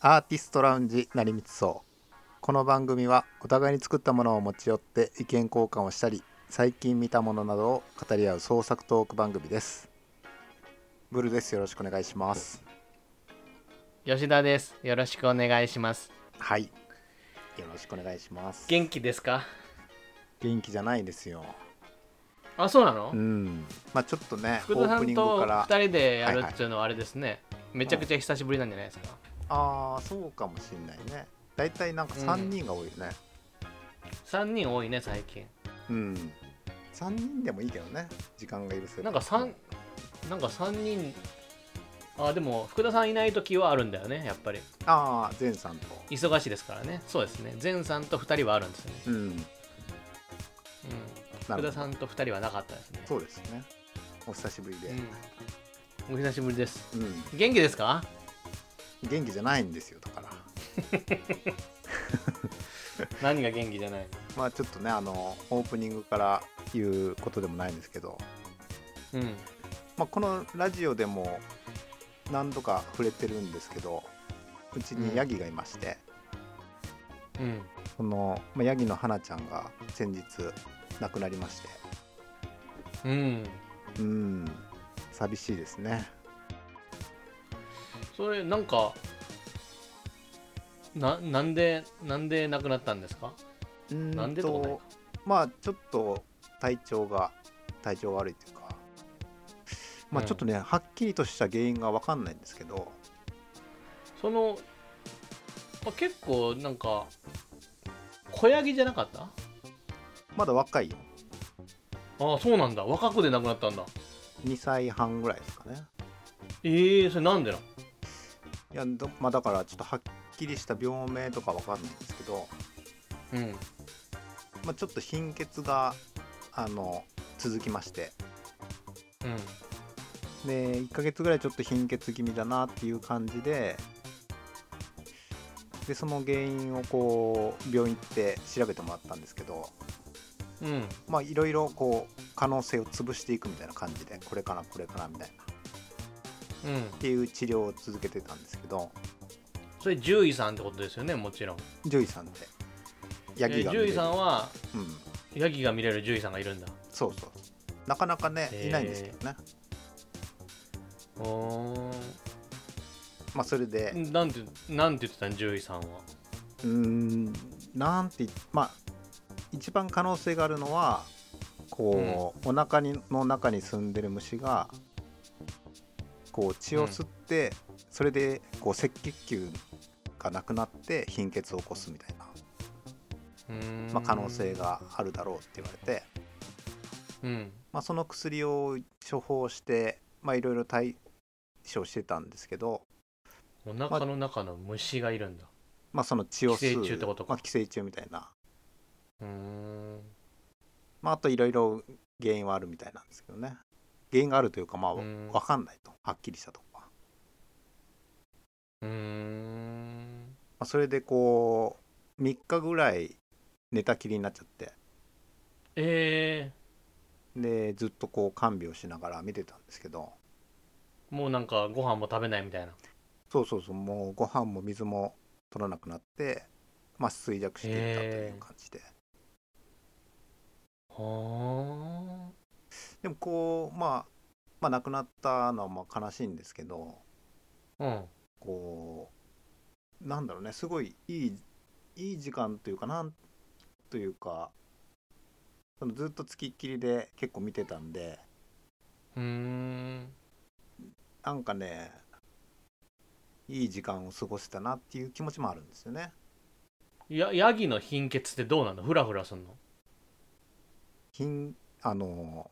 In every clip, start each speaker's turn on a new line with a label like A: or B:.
A: アーティストラウンジ成光荘この番組はお互いに作ったものを持ち寄って意見交換をしたり最近見たものなどを語り合う創作トーク番組ですブルですよろしくお願いします
B: 吉田です。よろしくお願いします。
A: はいよろしくお願いします
B: 元気ですか
A: 元気じゃないですよ
B: あ、そうなの
A: うんまあちょっとねオ
B: 福田
A: ー
B: さ
A: プニ
B: ん
A: ング
B: と
A: から
B: 2人でや
A: はい
B: る
A: はい
B: っていうのはあれですね。めちゃくちゃ久しぶりなんじゃないですか。
A: ああそうかもしんないねだいたいなんか3人が多いよね
B: 3人多いね、最近。
A: うん、3人でもいいけどね時間が許せば
B: なんか3、なんか3人、あ、でも福田さんいない時はあるんだよね、やっぱり。
A: ああ善さんと
B: 忙しいですからね。そうですね。前さんと2人はあるんですよね。
A: うん
B: うん、
A: なる
B: 福田
A: ほど
B: さんと2人はなかったですね。
A: そうですねお久しぶりで、
B: うんお久しぶりです。
A: うん
B: 元気ですか
A: 元気じゃないんですよだから
B: 何が元気じゃないの
A: まあちょっとねあのオープニングから言うことでもないんですけど、
B: うん。
A: まあ、このラジオでも何度か触れてるんですけどうちにヤギがいまして、
B: うん。
A: その、まあ、ヤギの花ちゃんが先日亡くなりまして
B: うん。
A: うん寂しいですね
B: それなんかななんでなんで亡くなったんですか
A: うー
B: なんでとかないか
A: まあちょっと体調が体調悪いというかまあ
B: うん
A: ちょっとね、はっきりとした原因が分かんないんですけど
B: そのあ結構なんか小ヤギじゃなかった
A: まだ若いよ
B: ああそうなんだ若くで亡くなったんだ
A: 2歳半ぐらいですかね
B: ええそれなんでなの
A: いやどまあ、だからちょっとはっきりした病名とか分かんないんですけど、
B: うん
A: まあ、ちょっと貧血があの続きましてで1ヶ月ぐらいちょっと貧血気味だなっていう感じででその原因をこう病院行って調べてもらったんですけど
B: うんうん
A: まあいろいろこう可能性を潰していくみたいな感じでこれかなこれかなみたいなっ
B: うん
A: ていう治療を続けてたんですけど
B: それ獣医さんってことですよねもちろん
A: 獣医さんってヤギが
B: え
A: 見れ
B: 獣
A: る
B: 医さんは
A: うん、
B: ヤギが見れる獣医さんがいるんだ
A: そうそうなかなかね
B: へー
A: いないんですけどね、
B: お
A: まあそれで
B: なんてなんて言ってたん獣医さんは
A: うーんなんて言っまあ一番可能性があるのはこう、お腹にの中に住んでる虫がこう血を吸って、それでこう赤血球がなくなって貧血を起こすみたいな、
B: うーん
A: まあ、可能性があるだろうって言われて、
B: うん
A: まあ、その薬を処方してまあいろいろ対処してたんですけど、
B: お腹の中の虫がいるんだ。
A: まあ、その血を吸う
B: 寄生虫ってことか
A: まあ、寄生虫みたいな、
B: うーん。
A: まあ、あといろいろ原因はあるみたいなんですけどね原因があるというかまあ
B: うん
A: 分かんないとはっきりしたとこは、ま
B: うーん。
A: あ、それでこう3日ぐらい寝たきりになっちゃって
B: え
A: でずっとこう看病しながら見てたんですけど
B: ー、もうなんかご飯も食べないみたいな。
A: そうそうそうもうご飯も水も取らなくなって、まあ、衰弱していったという感じで、
B: は
A: でもこうまあまあ亡くなったのはまあ悲しいんですけど
B: あ。うん。
A: こうなんだろうねすごいいいいい時間というかなんというかそのずっとつきっきりで結構見てたんで
B: うーん。
A: なんかねいい時間を過ごせたなっていう気持ちもあるんですよね
B: や、ヤギの貧血ってどうなのフラフラすんの
A: 貧あの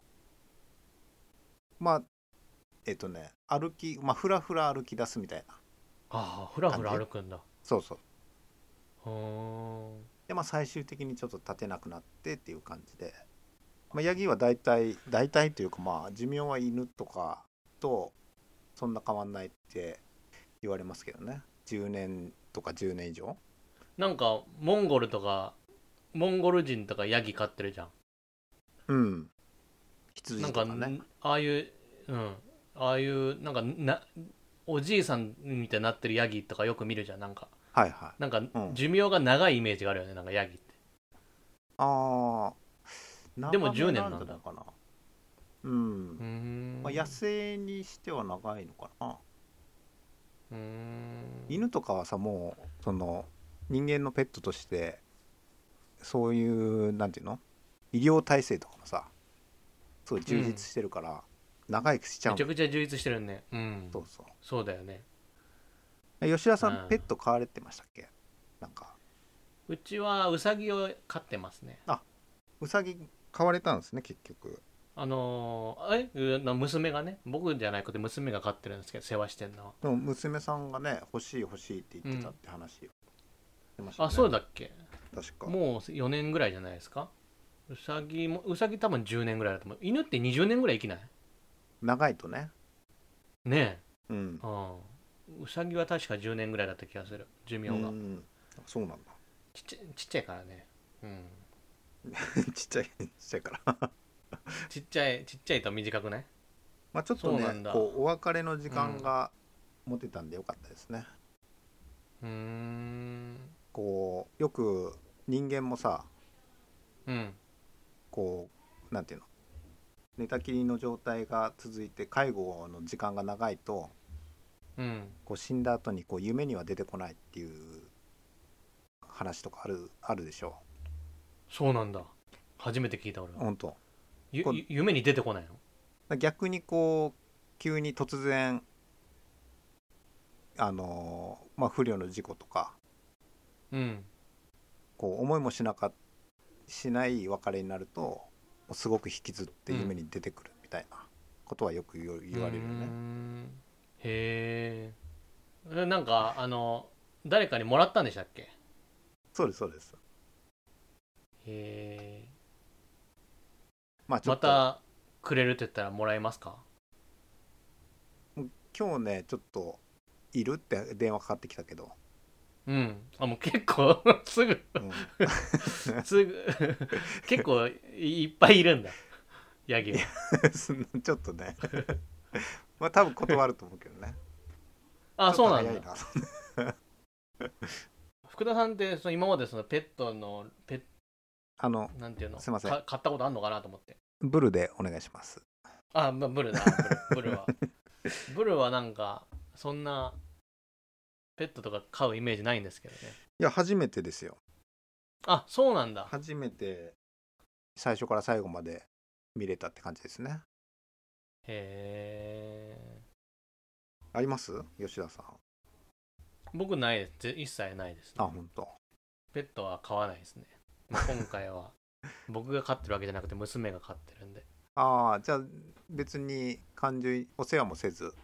A: まあえっとね歩きまあふらふら歩き出すみたいな
B: ああ、フラフラ
A: なん
B: 歩
A: で
B: くんだ。
A: そうそう
B: うーん。
A: でまあ最終的にちょっと立てなくなってっていう感じで、まあ、ヤギは大体大体というかまあ寿命は犬とかとそんな変わんないって言われますけどね10年とか10年以上
B: なんか、モンゴルとか、モンゴル人とかヤギ飼ってるじゃん。
A: うん
B: な
A: 羊
B: ん
A: とか
B: か、
A: ね
B: ああいう、うん。ああいう、なんか、な、おじいさんみたいになってるヤギとかよく見るじゃんなんか
A: はいはい
B: なんか
A: ん
B: 寿命が長いイメージがあるよねなんかヤギって
A: ああ
B: でも10年なんだ
A: かなうん、
B: ん
A: まあ、野生にしては長いのかな
B: うん
A: 犬とかはさもうその人間のペットとしてそういうなんていうの医療体制とかもさすごい充実してるから、長生きしちゃう
B: め
A: の
B: ちゃくちゃ充実してるねうん
A: そうそう
B: そうだよね
A: え吉田さ
B: うん
A: んペット飼われてましたっけなんか
B: うちはウサギを飼ってますね
A: うさぎ飼われたんですね結局
B: あのー、えうな娘がね僕じゃなくて娘が飼ってるんですけど世話してんのは
A: でも娘さんがね欲しい欲しいって言ってたって話をしてましたね
B: あそうだっけ
A: 確か
B: もう4年ぐらいじゃないですかうさぎもうさぎ多分10年ぐらいだと思う犬って20年ぐらい生きない
A: 長いとね
B: ね
A: うん
B: え、うん、うさぎは確か10年ぐらいだった気がする寿命
A: う
B: が
A: んそうなんだ
B: ちっちゃちっちゃいからね、うん、
A: ちっちゃいちっちゃいから
B: ちっちゃいちっちゃいと短くない
A: まあちょっと
B: そう
A: ね
B: なんだ
A: こうお別れの時間が持てたんでよかったですね、
B: うーん
A: こうよく人間もさ
B: うん
A: こうなんていうの寝たきりの状態が続いて介護の時間が長いと
B: うん
A: こう死んだ後にこう夢には出てこないっていう話とかあるあるでしょ
B: そうなんだ初めて聞いた俺は
A: 本当
B: ゆ
A: こ
B: ゆ夢に出てこないの
A: 逆にこう急に突然あのーまあ、不慮の事故とか
B: うん
A: こう思いもしなかしない別れになるともうすごく引きずって夢に出てくるみたいなことはよく言う言われるよ
B: うー
A: ね。
B: んへえなんかあの誰かにもらったんでしたっけへ
A: そうですそうです。
B: え
A: まあちょ
B: ま
A: っと、
B: たくれるって言ったらもらえますか
A: 今日ねちょっといるって電話かかってきたけ ど、
B: うんあもう結構 すぐ
A: うん、
B: すぐ 結構いっぱいいるんだヤギは
A: そんなちょっとね まあ多分断ると思うけどね。
B: あ
A: ち
B: そ
A: ょ
B: う
A: っと
B: な
A: 早
B: ん
A: い
B: だ福田さんってその今までそのペットのペッ
A: あの
B: なんていうの
A: すいません
B: か買ったことあんのかなと思って
A: ブルでお願いします。
B: あ、まあ、ブルだ、ブルブ ルは。ブルはなんか、そんな、ペットとか飼うイメージないんですけどね。
A: いや初めてですよ。
B: あ、そうなんだ。
A: 初めて最初から最後まで見れたって感じですね。
B: へえ。
A: あります吉田さん。
B: 僕ないです。ぜ一切ないです、
A: あ
B: ね。
A: 本当。
B: ペットは飼わないですね。まあ今回 は、僕が飼ってるわけじゃなくて、娘が飼ってるんで。
A: ああじゃあ別に感情移お世話もせず。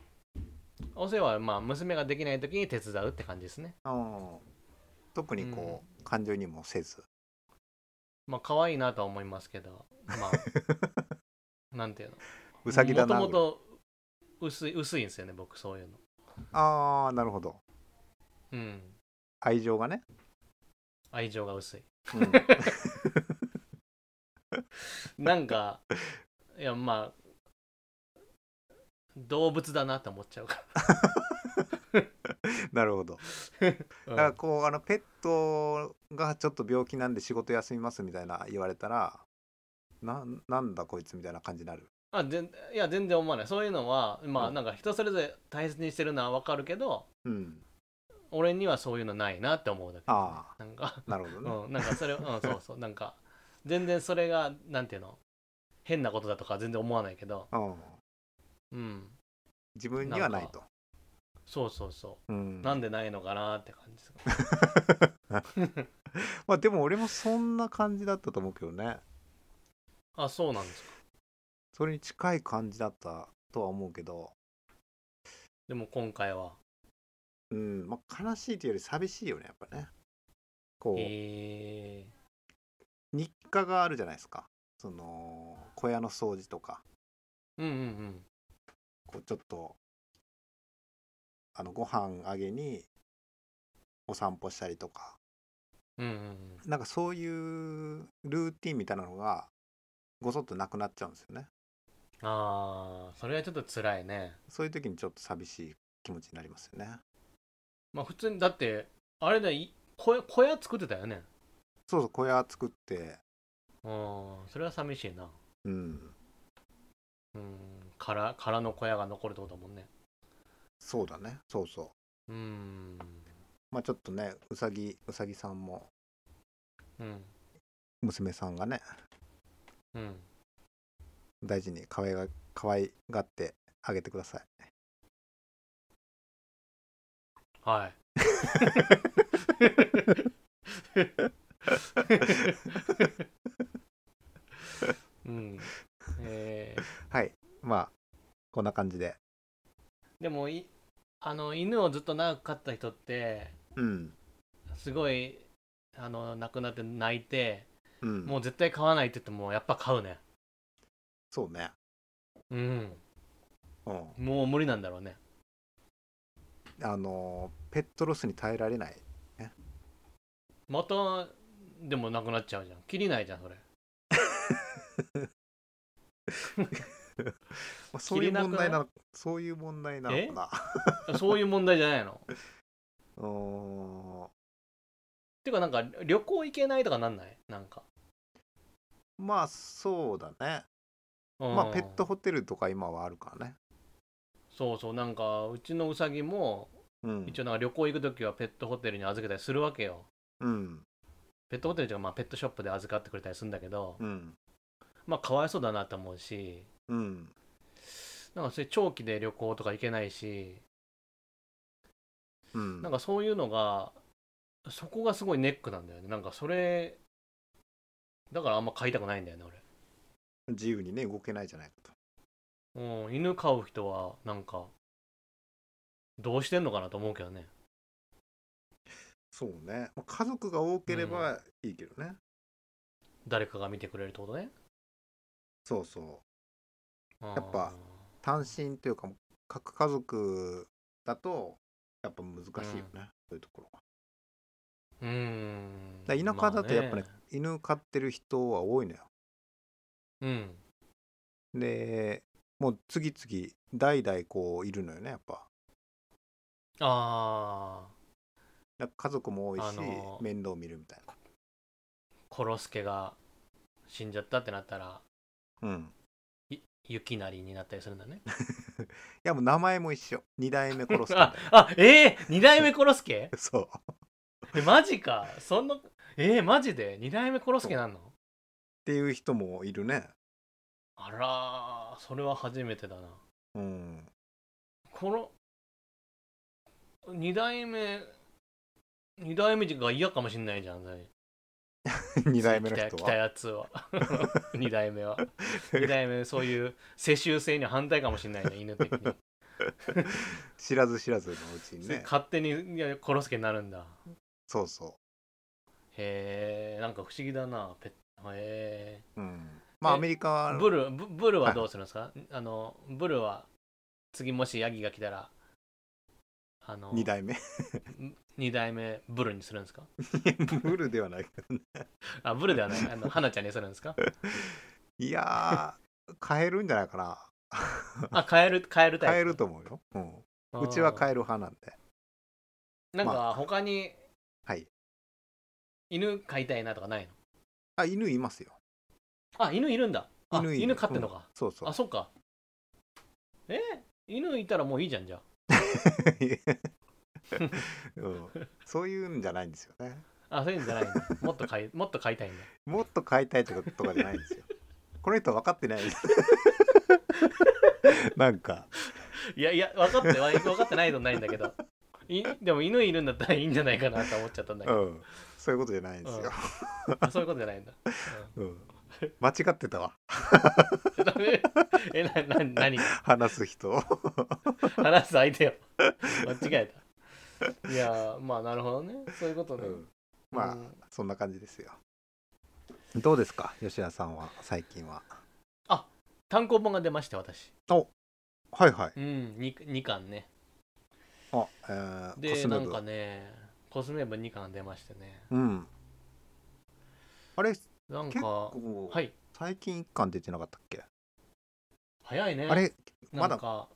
B: お世話は、まあ、娘ができない時に手伝うって感じですね。
A: うん特にこう、感情にもせず。
B: まあ、可愛いなとは思いますけど、ま あ、なんていうの。
A: うさぎだな。
B: もとも
A: ぐらい
B: と薄い、薄いんですよね、僕、そういうの。
A: ああなるほど。
B: うん。
A: 愛情がね。
B: 愛情が薄い。
A: うん
B: なんか、いや、まあ、動物だなって思っちゃうか。
A: なるほど。だかららこうあのペットがちょっと病気なんで仕事休みますみたいな言われたらなんなんだこいつみたいな感じになる。
B: あぜんいや、全然思わない。そういうのは、まあ、
A: うん
B: なんか人それぞれ大切にしてるのはわかるけど、
A: うん。
B: 俺にはそういうのないなって思うだけ。
A: あ
B: なんか、
A: あなるほどね。
B: うん、なんかそれ、うん、そうそう、なんか、全然それが、なんていうの、変なことだとか全然思わないけど、
A: うん、
B: うん、
A: 自分にはないと。
B: そうそうそうう、
A: ん、
B: なんでないのかなって感じです。
A: まあでも俺もそんな感じだったと思うけどね
B: あ、そうなんですか。
A: それに近い感じだったとは思うけど、
B: でも今回は、
A: うんまあ、悲しいというより寂しいよねやっぱねこう、
B: え
A: 日課があるじゃないですかその小屋の掃除とか
B: ー、うんうんうん。
A: こうちょっとあのご飯あげにお散歩したりとか
B: うんうんうん、
A: なんかそういうルーティンみたいなのがごそっとなくなっちゃうんですよね
B: ああそれはちょっと辛いね
A: そういう時にちょっと寂しい気持ちになりますよね。
B: まあ普通にだってあれだい小屋小屋作ってたよね
A: そうそう小屋作って、
B: うんそれは寂しいな
A: うん、
B: うん空空の小屋が残るってことだもんね
A: そうだねそうそう。
B: うん
A: まあちょっとねうさぎうさぎさんも
B: うん
A: 娘さんがね
B: うん
A: 大事に可愛が可愛がってあげてくだ さい。
B: はいうん えー
A: はいまあこんな感じで。
B: でもいあの犬をずっと長く飼った人って
A: うん
B: すごいあの亡くなって泣いて
A: うん、
B: もう絶対飼わないって言ってもやっぱ飼うね
A: そうね。
B: うん
A: うん、
B: もう無理なんだろうね
A: あのペットロスに耐えられない。
B: またでもなくなっちゃうじゃん切りないじゃんそれ
A: まあ、そういう
B: 切れな
A: 問
B: くない
A: 題なのそういう問題なのかな。
B: そういう問題じゃないの
A: うーん
B: てかなんか旅行行けないとかなんないなんか、
A: まあそうだね。
B: うん
A: まあペットホテルとか今はあるからね。
B: そうそうなんかうちのうさぎも
A: うん。
B: 一応なんか旅行行く時はペットホテルに預けたりするわけよ
A: うん。
B: ペットホテルというかまあペットショップで預かってくれたりするんだけど、
A: うん。
B: まあかわいそうだなと思うし
A: うん。
B: なんかそれ長期で旅行とか行けないし
A: うん。
B: なんかそういうのがそこがすごいネックなんだよねなんかそれだからあんま飼いたくないんだよね
A: 自由にね動けないじゃないかと。
B: 俺、うん、犬飼う人はなんかどうしてんのかなと思うけどね
A: そうね。まあ家族が多ければいいけどね。
B: 誰かが見てくれるってことね
A: そうそう。
B: や
A: っぱ単身というか各家族だとやっぱ難しいよね。そういうところは。
B: うーん
A: だから田舎だとやっぱね,、
B: まあ
A: 犬飼ってる人は多いのよ。
B: うん
A: でもう次々代々こういるのよねやっぱ。
B: ああ
A: だから家族も多いし、
B: あのー
A: 面倒見るみたい
B: コロスケが死んじゃったってなったら
A: な。うん。
B: 雪なりになったりするんだね
A: いやもう名前も一緒。二代目殺すみた い
B: ああえー、二代目コロス ケ
A: そう。
B: えマジかそんなえー、マジで二代目コロスケなん
A: っ
B: の
A: ていう人もいるね。
B: あらーそれは初めてだな
A: うん。
B: この二代目二代目が嫌かもしんないじゃん
A: 二代目の
B: 来た
A: 人
B: 来た
A: は。
B: やつは 二代目は二代目そういう世襲制に反対かもしんないじゃん犬的に、
A: 知らず知らずのうちに ね。
B: 勝手にいやコロスケになるんだ
A: そうそ
B: へえんか不思議だなペッへ
A: う。うん。まあ
B: え
A: アメリカは
B: えブルブブルはどうするんですか、あのブルは次もしヤギが来たらあの
A: 二代目。
B: 二代目ブルにするんですか
A: ブルではないけどね。
B: あブルで はないあの花ちゃんにするんですか
A: いやー、変えるんじゃないかな。
B: あカエルカエルタイプ
A: 変えると思うよ。う
B: あ
A: ん。う
B: ー
A: ちは変える派なんで。
B: なん
A: ま
B: か他に
A: はい。
B: 犬飼いたいなとかないの
A: あ、犬いますよ。
B: あ犬いるんだあ
A: 犬
B: 犬
A: いる
B: 飼ってんのか、
A: そうそう
B: あ。そっかえ犬いたらもういいじゃんじゃあ
A: うん、そういうんじゃないんですよね。
B: あそういうんじゃないんだもっと飼いもっと飼いたいんだ
A: もっと飼いたいとかとかじゃないんですよ。この人分かってない。 なんか、
B: いやいや分かってわ分かってないのないんだけどいでも犬いるんだったらいいんじゃないかなと思っちゃったんだ
A: う
B: けど、
A: ん、そういうことじゃないんですよ。
B: あそういうことじゃないんだ、
A: うん、間違ってたわ、
B: うんえなな何
A: 話す人。
B: 話す相手を間違えたいやーまあなるほどねそういうこと
A: う
B: ね、
A: ん、まあ
B: う、ん
A: そんな感じですよ。どうですか、吉田さんは、最近は。
B: 単行本が出まして私
A: はいはい。
B: うん 2, 2巻ね
A: あ、えー、コ
B: で
A: ス
B: な
A: メ
B: ん
A: 部
B: か。ねコスメ部2巻出ましてね
A: うん。あれ、結
B: なんか
A: 構、
B: はい
A: 最近一巻出てなかったっけ、
B: 早いね
A: あれ、
B: なん
A: ま
B: か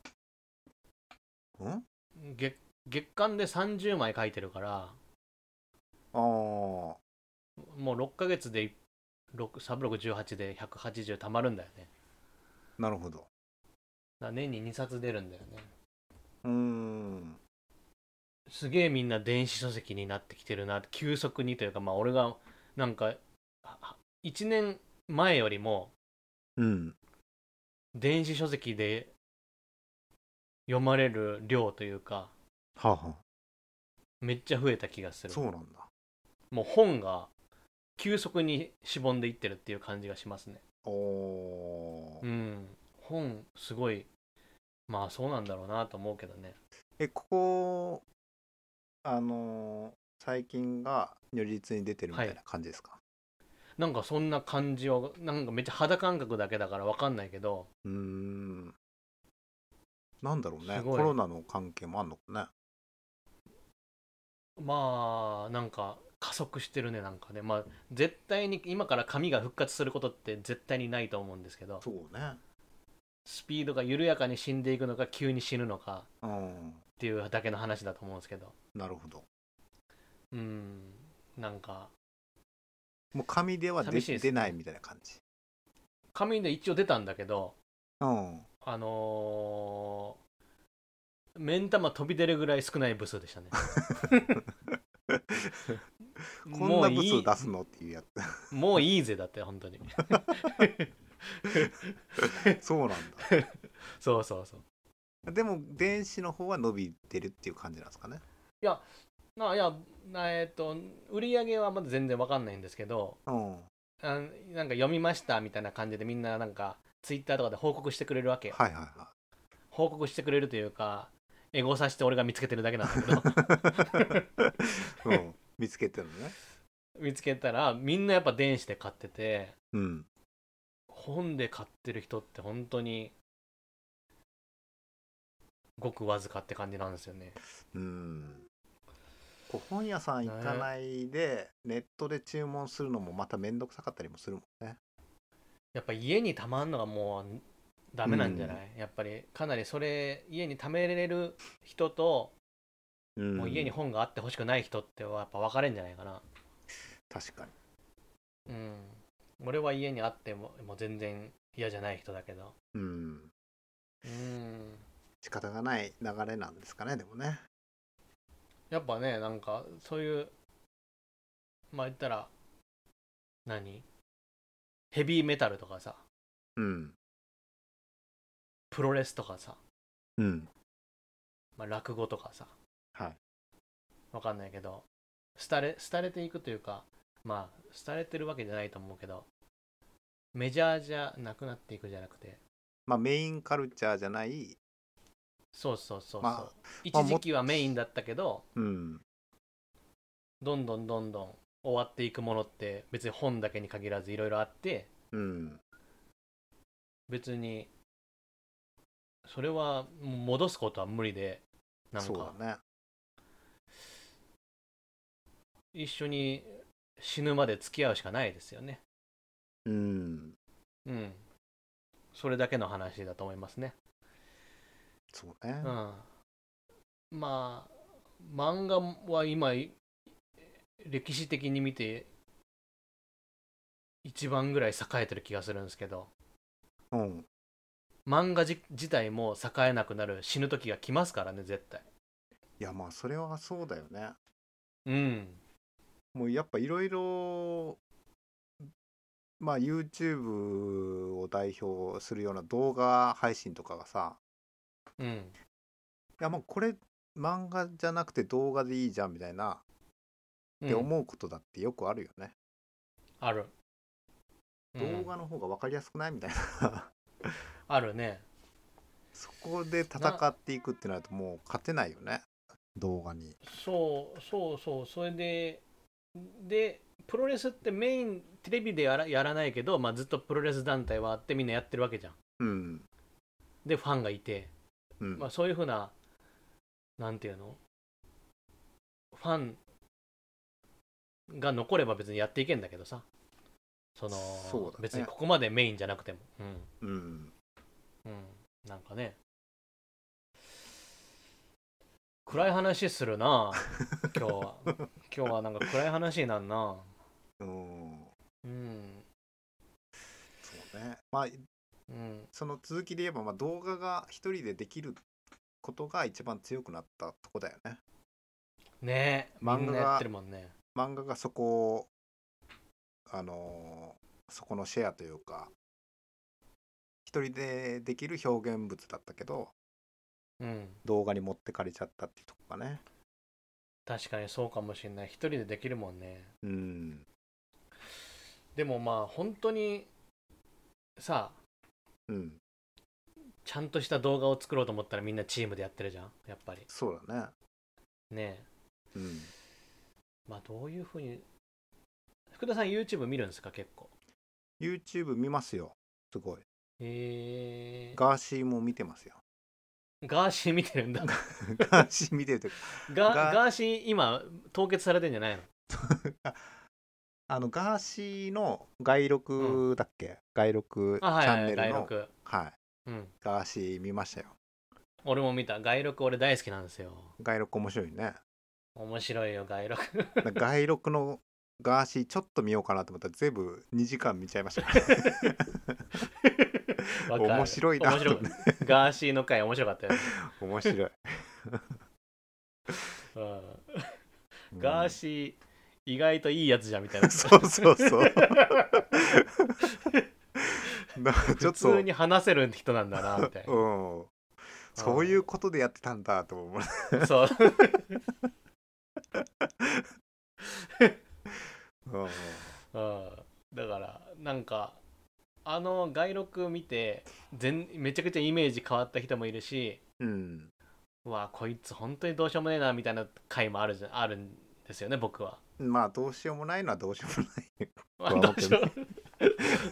A: ん
B: 月月間で30枚書いてるから
A: あー
B: もう6ヶ月で6サブログ18で180たまるんだよね
A: なるほど
B: だから年に2冊出るんだよね
A: うーん
B: すげえみんな電子書籍になってきてるな急速にというかまあ俺がなんか1年前よりも
A: うん
B: 電子書籍で読まれる量というか
A: はあは
B: めっちゃ増えた気がす
A: あ
B: る
A: そうなんだ
B: もう本が急速にしぼんでいってるっていう感じがしますね
A: おー
B: うん本すごいまあそうなんだろうなと思うけどね
A: えここあのー最近が如実に出てるみたいな感じですか、
B: なんかそんな感じはなんかめっちゃ肌感覚だけだからわかんないけど
A: うーんなんだろうね
B: すご
A: コ
B: い
A: ロナの関係もあんのかね
B: まあなんか加速してるねなんかねまあ絶対に今から紙が復活することって絶対にないと思うんですけど
A: そうね
B: スピードが緩やかに死んでいくのか急に死ぬのか
A: うん
B: っていうだけの話だと思うんですけど
A: なるほど
B: うんなんか
A: もう紙では出
B: 寂しいですね
A: 出ないみたいな感じ
B: 紙で一応出たんだけど
A: うん
B: あのー、目ん玉飛び出るぐらい少ない部数でしたね
A: こんな
B: も
A: ブ
B: ういい
A: ス出すのっていうや
B: もういいぜだって本当に
A: つそうなん
B: そうそうそう
A: だでも電子の方は伸びてるっていう感じなんですかね
B: まあいやなえっ、と売り上げはまだ全然わかんないんですけど
A: うん
B: あんなんか読みましたみたいな感じでみんななんかツイッターとかで報告してくれるわけよ
A: はいはいは
B: 報告してくれるというかエゴさして俺が見つけてるだけなんだけど
A: い、うん、見つけてるのね
B: 見つけたらみんなやっぱ電子で買ってて
A: うん
B: 本で買ってる人って本当にごくわずかって感じなんですよね
A: うんこう本屋さん行かないで、ネットで注文するのもまた面倒くさかったりもするもんね
B: やっぱ家にたまんのがもうダメなんじゃない、やっぱりかなりそれ家に貯めれる人と、
A: うん
B: もう家に本があってほしくない人ってはやっぱ分かれんじゃないかな
A: 確かに
B: うん俺は家にあってももう全然嫌じゃない人だけど
A: うん
B: うん
A: 仕方がない流れなんですかねでもね
B: やっぱねなんかそういうまあ言ったら何ヘビーメタルとかさ
A: うん
B: プロレスとかさ、
A: うん
B: まあ、落語とかさ
A: はい
B: わかんないけど廃れ廃れていくというかまあ廃れてるわけじゃないと思うけどメジャーじゃなくなっていくじゃなくて
A: まあメインカルチャーじゃない
B: そうそうそうそう、
A: まあまあ
B: 一
A: も
B: 時期はメインだったけど
A: うん
B: どんどんどんどん終わっていくものって別に本だけに限らずいろいろあって
A: うん
B: 別にそれはもう戻すことは無理でなん
A: そ
B: か
A: うだね
B: 一緒に死ぬまで付き合うしかないですよね
A: うん
B: うんそれだけの話だと思いますね
A: そうね、
B: うん、まあ漫画は今い歴史的に見て一番ぐらい栄えてる気がするんですけど
A: うん
B: 漫画じ自体も栄えなくなる死ぬ時が来ますからね絶対
A: いやまあそれはそうだよね
B: うん
A: もうやっぱいろいろまあ YouTube を代表するような動画配信とかがさ
B: うん
A: いやもうこれ漫画じゃなくて動画でいいじゃんみたいなって
B: うん
A: 思うことだってよくあるよね、
B: ある、うん
A: 動画の方が分かりやすくないみたいな
B: あるね
A: そこで戦っていくってなるともう勝てないよね動画に
B: そうそうそうそれででプロレスってメインテレビでやらやらないけど、まあ、ずっとプロレス団体はあってみんなやってるわけじゃん
A: うん
B: でファンがいて
A: うん、
B: まあ、そういうふうな、なんていうのファンが残れば別にやっていけんだけどさ、その、
A: そうだね
B: 別にここまでメインじゃなくても、う
A: うん
B: ん、うん、なんかね、暗い話す るな今日は今日はなんか暗い話になるな
A: うん
B: うん
A: そうねまあ
B: うん
A: その続きで言えば、まあ、動画が一人でできることが一番強くなったとこだよね
B: ねえみ
A: 漫画が
B: んなやってるもんね
A: 漫画がそこをあのーそこのシェアというか一人でできる表現物だったけど
B: うん
A: 動画に持ってかれちゃったっていうとこがね
B: 確かにそうかもしれない一人でできるもんね
A: うん
B: でもまあ本当にさ
A: うん
B: ちゃんとした動画を作ろうと思ったらみんなチームでやってるじゃんやっぱり
A: そうだね
B: ねえ
A: うん
B: まあどういうふうに福田さん YouTube 見るんですか結構
A: YouTube 見ますよすごい
B: へえ
A: ガーシーも見てますよ
B: ガーシー見てるんだ
A: ガーシー見てるというか
B: ガ
A: ガ
B: ガーシー今凍結されてんじゃないの
A: あのガーシーの外録だっけ、外録チ
B: あはい
A: ャン
B: は
A: ネル
B: い
A: の、はい
B: 外録うん
A: ガーシー見ましたよ
B: 俺も見た外録俺大好きなんですよ
A: 外録面白いね
B: 面白いよ 外録
A: 外録のガーシーちょっと見ようかなと思ったら全部2時間見ちゃいました ね
B: わかる
A: 面白いな
B: 面白 い
A: とね
B: ガーシーの回面白かったよ、ね
A: 面白い、
B: うん
A: うん
B: ガーシー意外といいやつじゃんみたい な
A: そうそう そうなんかちょ
B: 普
A: っと
B: 通に話せる人なんだなみたいな
A: うんそういうことでやってたんだと思う
B: そう
A: うん
B: うんだからなんかあの外録見て全めちゃくちゃイメージ変わった人もいるし
A: うん
B: うわこいつ本当にどうしようもねえなみたいな回もあるじゃあるんですよね僕は。
A: まあどうしようもないのはどうしようもない
B: まあ
A: うわ
B: どうしよ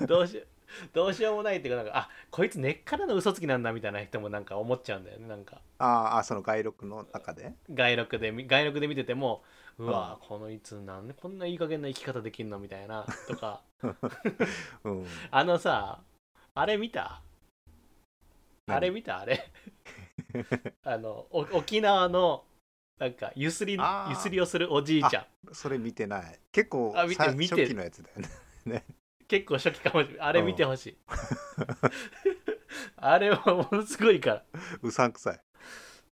B: う どうしようどうしようもないっていうかなんかあこいつ根っからの嘘つきなんだみたいな人もなんか思っちゃうんだよねなんか
A: ああその外録の中で
B: 外録でみ外録で見ててもうわこのいつなんでこんないい加減な生き方できんのみたいなとか
A: うん
B: あのさあれ見た
A: 何
B: あれ見たあれ あのお沖縄のなんかゆすりゆ
A: あー
B: すりをするおじいちゃん
A: それ見てない結構
B: あ見て
A: さ
B: 見て
A: 初期のやつだよね
B: 結構初期かもしれないあれ見てほしい あれはものすごいから
A: うさんくさい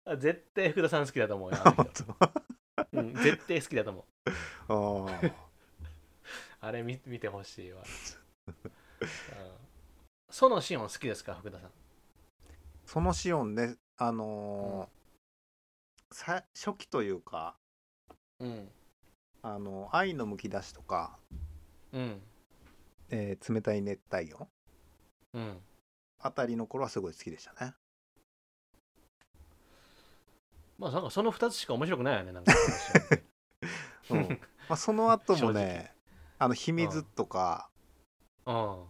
B: あ絶対福田さん好きだと思うよ、あの
A: 本
B: 人うん、絶対好きだと思う
A: 当ああ
B: あれ見見てほしいわ、うん、そのシオン好きですか福田さん
A: そのシオンねあのーさ初期というか
B: うん
A: あの愛のむき出しとか、
B: うん
A: えー冷たい熱帯魚
B: うん
A: あたりの頃はすごい好きでしたね
B: まあなんかその2つしか面白くないよねなんかそのシオンって
A: うん、まあ、その後も
B: 正
A: ねあの秘密とか、
B: うん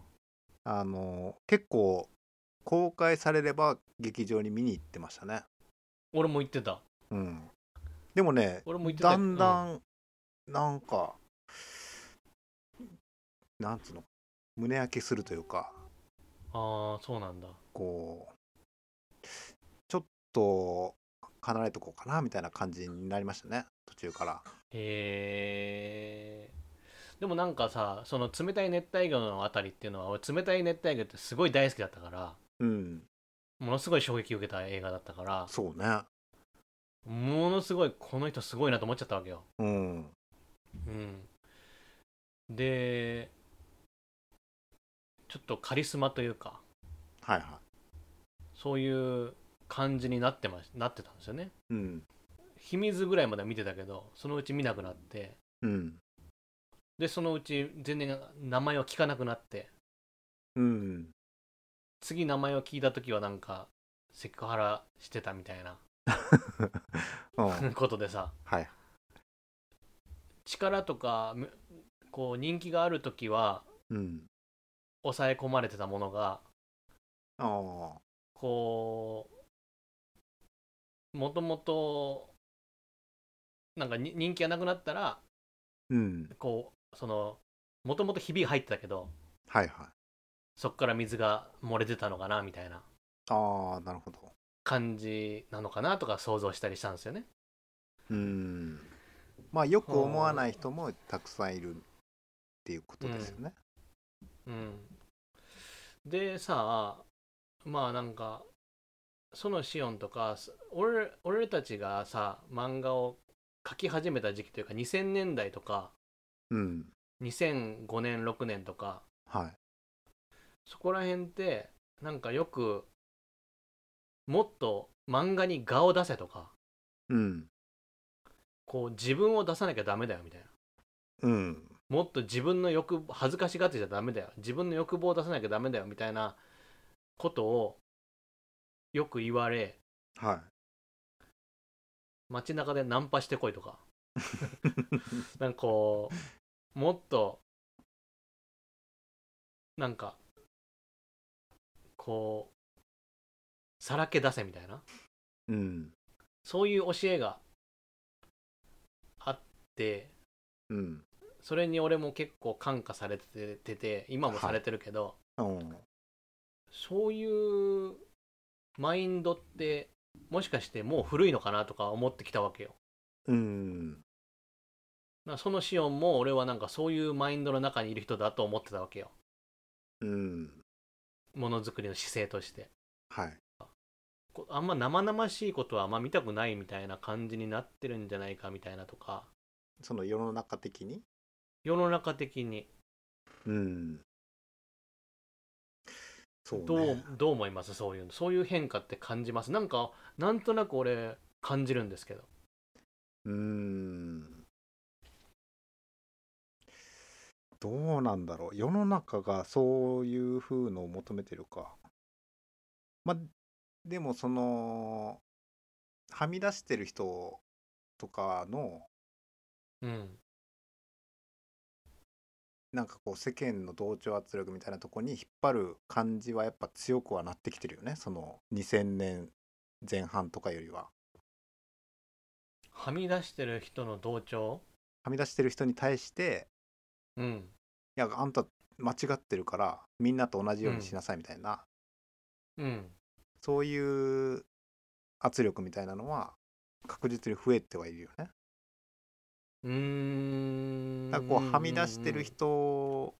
A: あの結構公開されれば劇場に見に行ってましたね
B: 俺も言ってた
A: うんでもね
B: 俺も言ってた
A: だんだ
B: うん
A: んなんか、なんつうの胸焼けするというか
B: ああそうなんだ
A: こうちょっと離れとこうかなみたいな感じになりましたね途中から
B: へえでもなんかさその冷たい熱帯魚のあたりっていうのは俺冷たい熱帯魚ってすごい大好きだったから
A: うん
B: ものすごい衝撃を受けた映画だったから
A: そうね
B: ものすごいこの人すごいなと思っちゃったわけよ
A: うん
B: うん、でちょっとカリスマというか
A: はいは
B: そういう感じになってましなってたんですよね
A: いうん
B: 秘密ぐらいまでは見てたけどそのうち見なくなって
A: うん
B: でそのうち全然名前を聞かなくなって
A: うん
B: 次名前を聞いた時はなんかセクハラしてたみたいな
A: うんはい
B: ことでさ
A: はい
B: 力とかむこう人気がある時は
A: うん
B: 抑え込まれてたものが
A: ああ
B: こうもともとなんかに人気がなくなったら
A: うん
B: こうそのもともとひびが入ってたけど
A: はいはい
B: そこから水が漏れてたのかなみたいな
A: ああなるほど
B: 感じなのかなとか想像したりしたんですよね。
A: うんまあよく思わない人もたくさんいるっていうことですよね。
B: うん、でさまあなんかそのシオンとかす俺俺たちがさ漫画を描き始めた時期というか2000年代とか
A: うん、
B: 2005年6年とか
A: はい。
B: そこら辺ってなんかよくもっと漫画に顔を出せとか
A: うん、
B: こう自分を出さなきゃダメだよみたいな
A: うん、
B: もっと自分の欲恥ずかしがってちゃダメだよ自分の欲望を出さなきゃダメだよみたいなことをよく言われ
A: はい。
B: 街中でナンパしてこいとかなんかこうもっとなんかこうさらけ出せみたいな
A: うん、
B: そういう教えがあって
A: うん、
B: それに俺も結構感化されてて今もされてるけど、
A: うん
B: そういうマインドってもしかしてもう古いのかなとか思ってきたわけよ。
A: うん、
B: なそのシオンも俺はなんかそういうマインドの中にいる人だと思ってたわけよ。
A: うん、
B: ものづくりの姿勢として。
A: はい。
B: こあんま生々しいことはあんま見たくないみたいな感じになってるんじゃないかみたいなとか、
A: その世の中的に。
B: 世の中的に
A: うん。そう
B: どう
A: ね。
B: どう思いますそういうの。そういう変化って感じます。なんか、なんとなく俺感じるんですけど。
A: うん。どうなんだろう。世の中がそういう風のを求めてるか。まあ、でもその、はみ出してる人とかの、
B: うん。
A: なんかこう世間の同調圧力みたいなとこに引っ張る感じはやっぱ強くはなってきてるよねその2000年前半とかよりは
B: はみ出してる人の同調
A: はみ出してる人に対して
B: うん。
A: いやあんた間違ってるからみんなと同じようにしなさいみたいな、
B: うん。
A: そういう圧力みたいなのは確実に増えてはいるよね
B: うーん。
A: だからこうはみ出してる人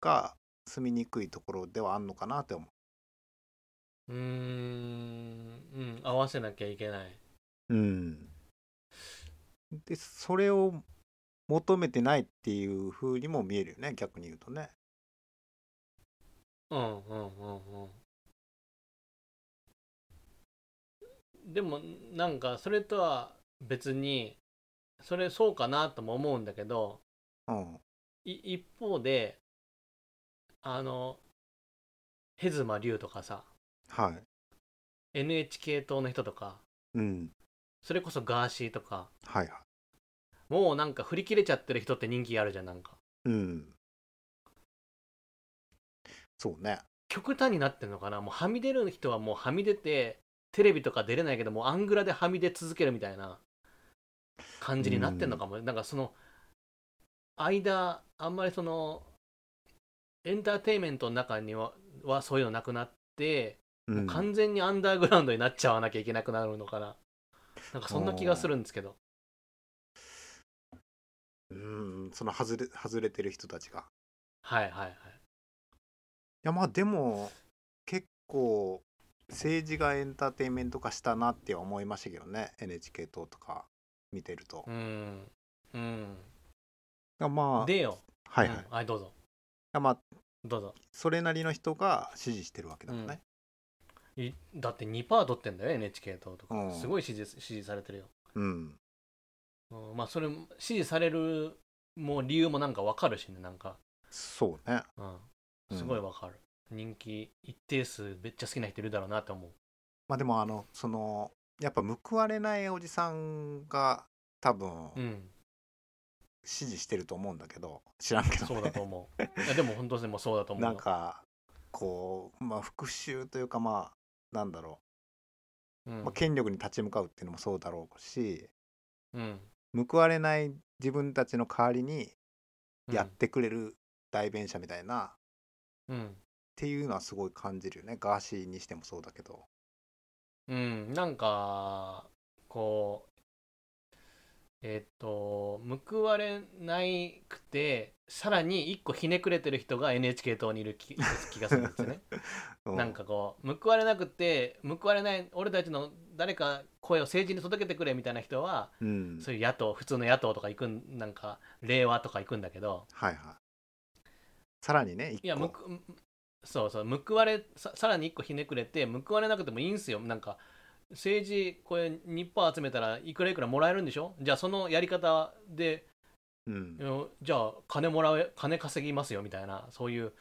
A: が住みにくいところではあんのかなって思
B: うーん、うん、合わせなきゃいけない。
A: ううんでそれを求めてないっていう風にも見えるよね逆に言うとね
B: うんうんうんうん。でもなんかそれとは別にそれそうかなとも思うんだけど
A: うん
B: い一方であのヘズマリュウとかさ
A: はい
B: NHK 党の人とか
A: うん
B: それこそガーシーとか
A: はいはい
B: もうなんか振り切れちゃってる人って人気あるじゃんなんか
A: うんそうね
B: 極端になってんのかなもうはみ出る人はもうはみ出てテレビとか出れないけどもうアングラではみ出続けるみたいな感じになってんのかも、なんかその間あんまりそのエンターテインメントの中にははそういうのなくなって、
A: う
B: もうん完全にアンダーグラウンドになっちゃわなきゃいけなくなるのかななんかそんな気がするんですけど
A: うんその外れ外れてる人たちがい
B: はいはいはい
A: やまあでも結構政治がエンターテインメント化したなっては思いましたけどね NHK 党とか見てると
B: う、んうん
A: あまあ
B: でよ
A: はいはい、
B: うんはいどうぞ
A: あまあ
B: どうぞ
A: それなりの人が支持してるわけだもんね、
B: うんいだって2%取ってんだよ NHK 党とか、
A: うん
B: すごい支持支持されてるよ、
A: うん、
B: うんまあそれ支持されるもう理由もなんかわかるしねなんか、
A: そうね。
B: う、
A: うんん
B: すごいわかる、人気一定数めっちゃ好きな人いるだろうなって思う
A: まあでもあのそのやっぱ報われないおじさんが多分
B: うん
A: 支持してると思うんだけど知らんけど、ね、
B: そうだと思 ういやでも本当にもうそうだと思う
A: なん、かこうまあ復讐というかまあなんだろ
B: うん
A: う、まあ、権力に立ち向かうっていうのもそうだろうし
B: うん
A: 報われない自分たちの代わりに
B: うん
A: やってくれる代弁者みたいな、っ
B: うん、
A: ていうのはすごい感じるよねガーシーにしてもそうだけど。
B: うん、なんかこうえっと報われないくてさらに一個ひねくれてる人が NHK 党にいる気気がするんですよね。
A: う
B: なんかこう報われなくて報われない俺たちの誰か声を政治に届けてくれみたいな人は
A: うん
B: そういう野党普通の野党とか行くんなんか令和とか行くんだけど
A: はいはいさらにね一個
B: いやむくそうそう報われささらに一個ひねくれて報われなくてもいいんすよなんか政治これ2%集めたらいくらいくらもらえるんでしょじゃあそのやり方で
A: うん
B: うんじゃあ金もらえ金稼ぎますよみたいなそういう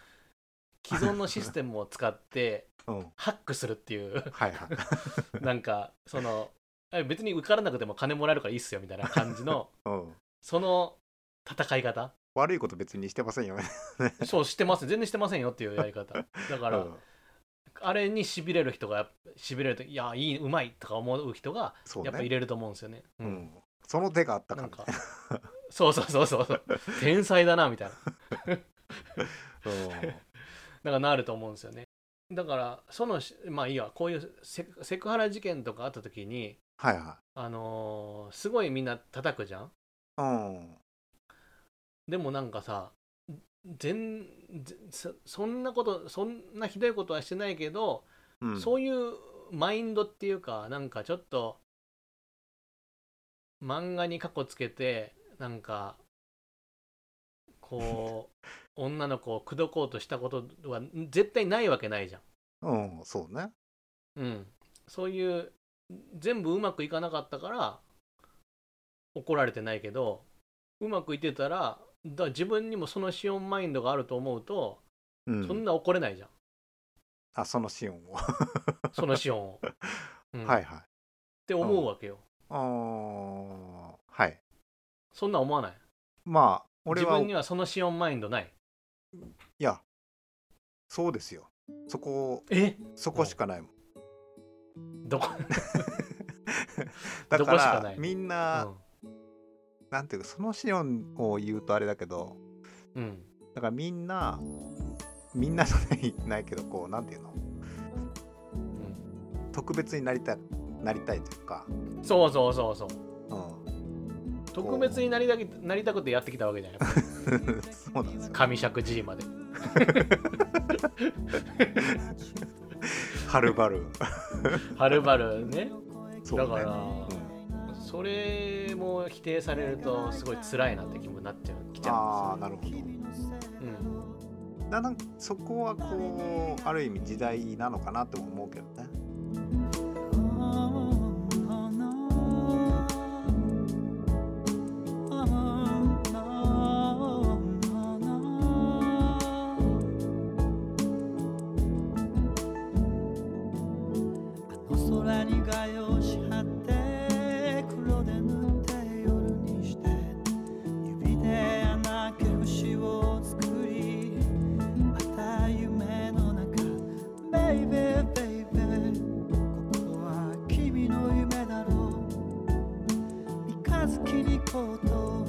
B: 既存のシステムを使って
A: うん
B: ハックするっていう
A: はいはい
B: なんかそのえ別に受からなくても金もらえるからいいっすよみたいな感じ の
A: うん
B: その戦い方
A: 悪いこと別にしてませんよね
B: そうしてません全然してませんよっていうやり方だから、
A: うん
B: あれにしびれる人がしびれるといやいいうまいとか思う人が
A: そうね
B: やっぱ入れると思うんですよねう
A: うんんその手があったから
B: なん
A: ね
B: かそうそうそうそうそう天才だなみたいなだからなると思うんですよねだからそのしまあいいやこういうセクセクハラ事件とかあった時に
A: はいは
B: あのーすごいみんな叩くじゃん
A: いうん
B: でもなんかさ全全そそんなことそんなひどいことはしてないけど、
A: うん
B: そういうマインドっていうかなんかちょっと漫画に過去つけてなんかこ う女の子を口説こうとしたことは絶対ないわけないじゃん。
A: うんそうね
B: うん、そういう全部うまくいかなかったから怒られてないけどうまくいってたらだ自分にもそのシオンマインドがあると思うと、
A: う
B: そん
A: ん
B: な怒れないじゃん
A: あそのシーンをは
B: そのシオン を、うん
A: い
B: っ
A: はい
B: て思うわけよ、
A: あーはい
B: そんな思わない
A: まあ俺
B: 自
A: は
B: 分にはそのシオンマインドない
A: いやそうですよそこ
B: え
A: そこしかないもん
B: どこ、
A: だ
B: ど
A: か
B: こしからない
A: みん
B: う
A: なんなんていうかそのシオンを言うとあれだけど
B: うん、
A: だからみんなみんなじゃないないけどこうなんていうの
B: うん
A: 特別になりたいなりたいというか、
B: そうそうそうそう
A: うん、
B: 特別になりたくなりたくてやってきたわけじゃない
A: そうなんですよ
B: 上尺 G まで
A: はるば る
B: はるばるね
A: そう
B: だ
A: ね
B: から、
A: うん
B: それも否定されるとすごい辛いなって気分になっちゃうきち
A: あ
B: ゃ
A: あなるほど
B: うんですよ、
A: だなんかそこはこうある意味時代なのかなとも思うけどね
C: 空に画用し張って黒で塗って夜にして指で穴あけ節を作りまた夢の中ベイベーベイベーここは君の夢だろう三日月に行こうと